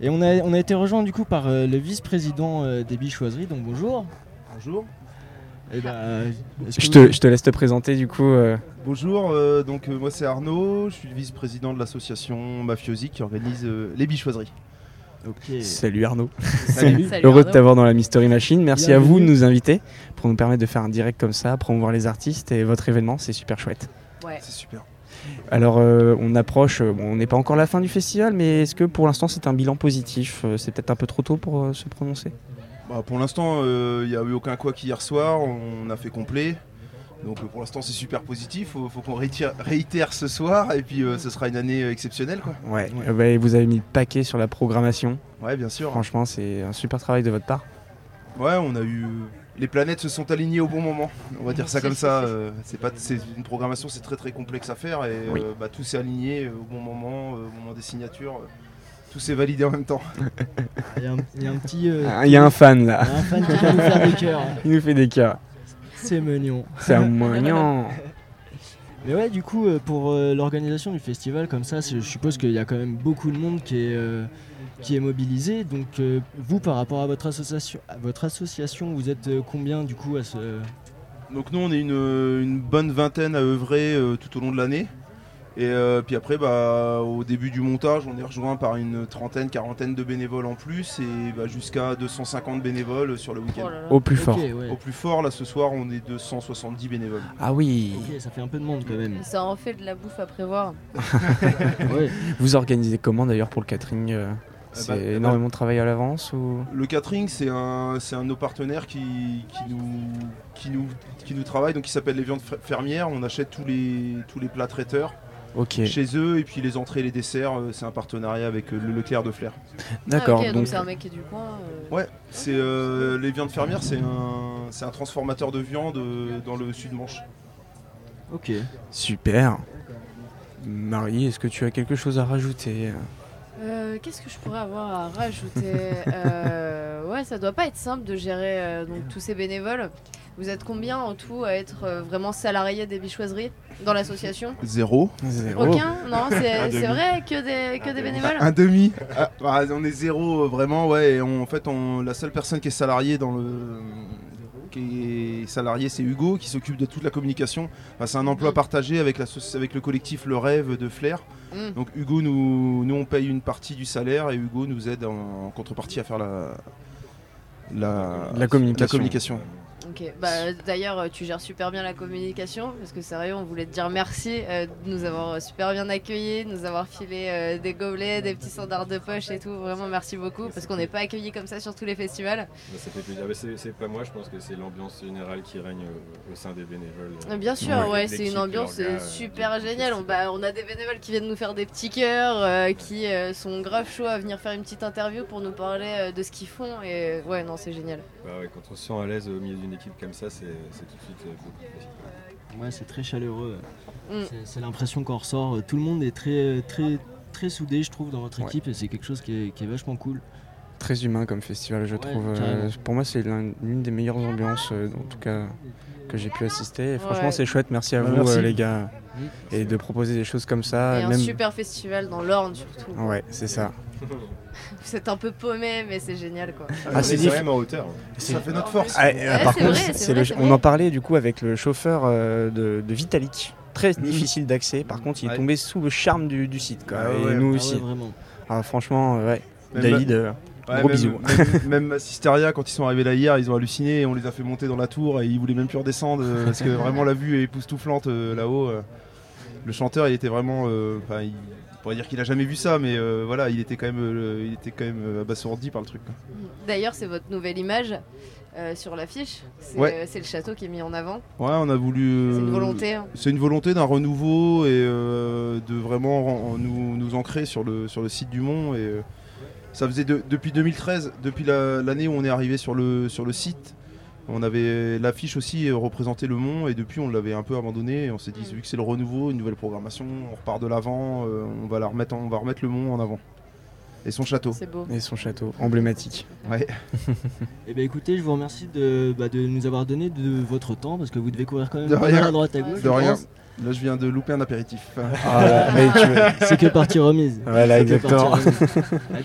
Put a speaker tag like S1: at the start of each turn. S1: Et on a, on a été rejoint du coup par euh, le vice-président euh, des Bichoiseries, donc bonjour.
S2: Bonjour.
S1: Et bah, euh, est-ce que
S3: Je
S1: vous-
S3: te, je te laisse te présenter du coup. euh,
S2: Bonjour, euh, donc euh, moi c'est Arnaud, je suis le vice-président de l'association Mafiosi qui organise euh, les bichoiseries.
S1: Ok.
S3: Salut Arnaud.
S2: Salut.
S4: Salut,
S3: Heureux de
S4: Arnaud.
S3: t'avoir dans la Mystery Machine. Merci à vous de
S1: Bienvenue.
S3: nous inviter pour nous permettre de faire un direct comme ça, promouvoir les artistes et votre événement. C'est super chouette.
S4: Ouais.
S2: C'est super.
S3: Alors, euh, on approche, euh, bon, on n'est pas encore à la fin du festival, mais est-ce que pour l'instant c'est un bilan positif Euh, C'est peut-être un peu trop tôt pour euh, se prononcer
S2: Bah, pour l'instant, il n'y a eu aucun quoi qu'hier soir, on a fait complet. Donc euh, pour l'instant c'est super positif, faut, faut qu'on réitère, réitère ce soir et puis euh, ce sera une année euh, exceptionnelle quoi.
S3: Ouais. Euh, bah, et vous avez mis le paquet sur la programmation.
S2: Ouais bien sûr.
S3: Franchement, c'est un super travail de votre part.
S2: Ouais on a eu... Les planètes se sont alignées au bon moment, on va dire ça comme ça. euh, c'est pas, c'est une programmation, c'est très très complexe à faire et
S3: Oui.
S2: euh, bah, tout s'est aligné euh, au bon moment, euh, au moment des signatures, euh, tout s'est validé en même temps.
S1: Il y a un, il y a un petit. euh,
S3: Ah, Il y a un fan là.
S1: il y a un fan qui vient nous faire des cœurs.
S3: Il nous fait des cas.
S1: C'est mignon.
S3: C'est un moyen.
S1: Mais ouais, du coup, euh, pour euh, l'organisation du festival, comme ça, c'est- je suppose qu'il y a quand même beaucoup de monde qui est, euh, qui est mobilisé. Donc, euh, vous, par rapport à votre association, à votre association vous êtes euh, combien du coup à ce.
S2: Donc nous on est une, euh, une bonne vingtaine à œuvrer euh, tout au long de l'année. Et euh, puis après bah, au début du montage on est rejoint par une trentaine, quarantaine de bénévoles en plus et bah, jusqu'à 250 bénévoles sur le week-end.
S4: Oh là là.
S3: Au plus fort. Oh.
S1: Ok, ouais.
S2: Au plus fort là ce soir on est 270 bénévoles.
S3: Ah oui.
S1: Ok, ça fait un peu de monde quand même.
S4: Ça en fait de la bouffe à prévoir.
S1: Ouais.
S3: Vous organisez comment d'ailleurs pour le catering euh,
S2: Eh
S3: C'est
S1: bah,
S2: ben, eh ben-
S3: énormément de travail à l'avance ou
S2: Le catering c'est un, c'est un de nos partenaires qui, qui nous, qui, nous, qui nous travaille, donc il s'appelle les viandes fer- fermières, on achète tous les, tous les plats traiteurs
S3: Ok.
S2: chez eux et puis les entrées et les desserts euh, c'est un partenariat avec euh, le Leclerc de Flair.
S3: D'accord.
S4: Ah, ok,
S3: donc
S4: c'est un mec qui est du coin. euh,
S2: Ouais, c'est euh, les viandes fermières, c'est un, c'est un transformateur de viande euh, dans le sud Manche.
S1: Ok.
S3: super. Marie, est-ce que tu as quelque chose à rajouter
S4: Euh, Qu'est-ce que je pourrais avoir à rajouter Euh, Ouais, ça doit pas être simple de gérer euh, donc tous ces bénévoles. Vous êtes combien en tout à être euh, vraiment salarié des bichoiseries dans l'association
S2: Zéro.
S3: Zéro.
S4: Aucun
S3: Ah,
S4: Non,
S2: Un
S4: c'est
S2: demi.
S4: c'est vrai que des, que des bénévoles
S2: Un demi. Ah, bah, on est zéro euh, vraiment, ouais. Et on- en fait, on, la seule personne qui est salariée dans le qui est salarié, c'est Hugo qui s'occupe de toute la communication. Enfin, c'est un emploi
S4: Mhm.
S2: partagé avec, la, soci- avec le collectif Le Rêve de Flair.
S4: Mm.
S2: Donc Hugo nous, nous on paye une partie du salaire et Hugo nous aide en, en contrepartie à faire la la,
S3: Euh, La communication.
S2: la communication.
S4: Ok, bah, d'ailleurs, euh, tu gères super bien la communication parce que sérieux, on voulait te dire merci euh, de nous avoir euh, super bien accueillis, de nous avoir filé euh, des gobelets, des petits standards de poche et tout. Vraiment, merci beaucoup parce qu'on n'est pas accueillis comme ça sur tous les festivals.
S5: Bah, ça fait plaisir. Bah, c'est c'est pas moi, je pense que c'est l'ambiance générale qui règne euh, au sein des bénévoles.
S4: Euh, Bien sûr,
S5: Ouais.
S4: ouais, c'est une
S5: L'équipe,
S4: ambiance
S5: l'orga,
S4: euh,
S5: euh,
S4: super
S5: du- du
S4: géniale. On, bah, on a des bénévoles qui viennent nous faire des petits cœurs, euh, qui euh, sont grave chauds à venir faire une petite interview pour nous parler euh, de ce qu'ils font. Et euh, ouais, non, c'est génial.
S5: Bah ouais, quand on se sent à l'aise au milieu d'une équipe comme ça, c'est c'est tout de suite euh, beaucoup plus facile.
S3: Ah,
S1: Ouais, c'est très chaleureux.
S4: Mm.
S1: C'est- C'est l'impression qu'on ressort. Tout le monde est très, très, très soudé, je trouve, dans votre
S3: Ouais.
S1: équipe, et c'est quelque chose qui est, qui est vachement cool. Ah
S3: Très humain comme festival, je
S1: Ouais,
S3: trouve. euh,
S1: carrément.
S3: pour moi, c'est l'un- l'une des meilleures ambiances, euh, en tout cas, que j'ai pu assister. Et franchement,
S4: Ouais.
S3: c'est chouette. Merci à
S1: Bah,
S3: vous,
S1: merci.
S3: euh, les gars,
S1: Oui.
S3: et de proposer des choses comme ça.
S4: et un
S3: Ah, même-
S4: super festival dans l'Orne, surtout.
S3: Ouais, c'est ça.
S4: Vous êtes un peu paumé, mais c'est génial quoi.
S3: Ah, c'est
S5: On est
S3: diff-
S5: quand même en hauteur.
S3: C'est-
S2: Ça fait notre force.
S3: Ah, et, euh,
S4: Ouais,
S3: par
S4: c'est
S3: contre,
S4: vrai, c'est
S3: c'est
S4: vrai,
S3: le-
S4: c'est
S3: on
S4: vrai.
S3: en parlait du coup avec le chauffeur euh, de, de Vitalik. Très difficile d'accès, par contre, il est
S2: Mhm. Ouais.
S3: tombé sous le charme du, du site. Quoi.
S2: Ah
S3: et
S2: ouais,
S3: nous
S1: Ah
S3: aussi.
S1: ouais, vraiment.
S3: Ah, franchement, euh, ouais.
S2: Même-
S3: David, euh,
S2: Ouais,
S3: gros
S2: même,
S3: bisous.
S2: Même, même à Sisteria, quand ils sont arrivés là hier, ils ont halluciné. On les a fait monter dans la tour et ils voulaient même plus redescendre euh, parce que vraiment la vue est époustouflante euh, là-haut. euh. Le chanteur, il était vraiment. euh, Enfin, il- on pourrait dire qu'il a jamais vu ça, mais euh, voilà, il était quand même, euh, il était quand même euh, abasourdi par le truc. quoi.
S4: D'ailleurs, c'est votre nouvelle image euh, sur l'affiche. C'est
S2: Ouais.
S4: euh, c'est le château qui est mis en avant.
S2: Ouais, on a voulu. euh,
S4: C'est une volonté. hein.
S2: C'est une volonté d'un renouveau et euh, de vraiment ren- nous, nous ancrer sur le, sur le site du Mont. Et, euh, ça faisait de- depuis 2013, depuis la- l'année où on est arrivé sur le, sur le site. On avait l'affiche aussi euh, représentait le Mont et depuis on l'avait un peu abandonné. Et on s'est dit vu que c'est le renouveau, une nouvelle programmation, on repart de l'avant, euh, on va la remettre, en- on va remettre le Mont en avant et son château.
S4: C'est beau.
S3: et son château emblématique.
S1: Eh bien, écoutez, je vous remercie de, bah, de nous avoir donné de votre temps, parce que vous devez courir quand même
S2: De
S1: pas
S2: rien.
S1: mal à droite à gauche.
S2: De
S1: je
S2: rien.
S1: pense.
S2: Là je viens de louper un apéritif.
S3: Ah, là, mais tu veux-
S1: C'est que partie remise.
S3: Voilà,
S1: C'est que partie
S3: exactement.
S1: remise. Ah,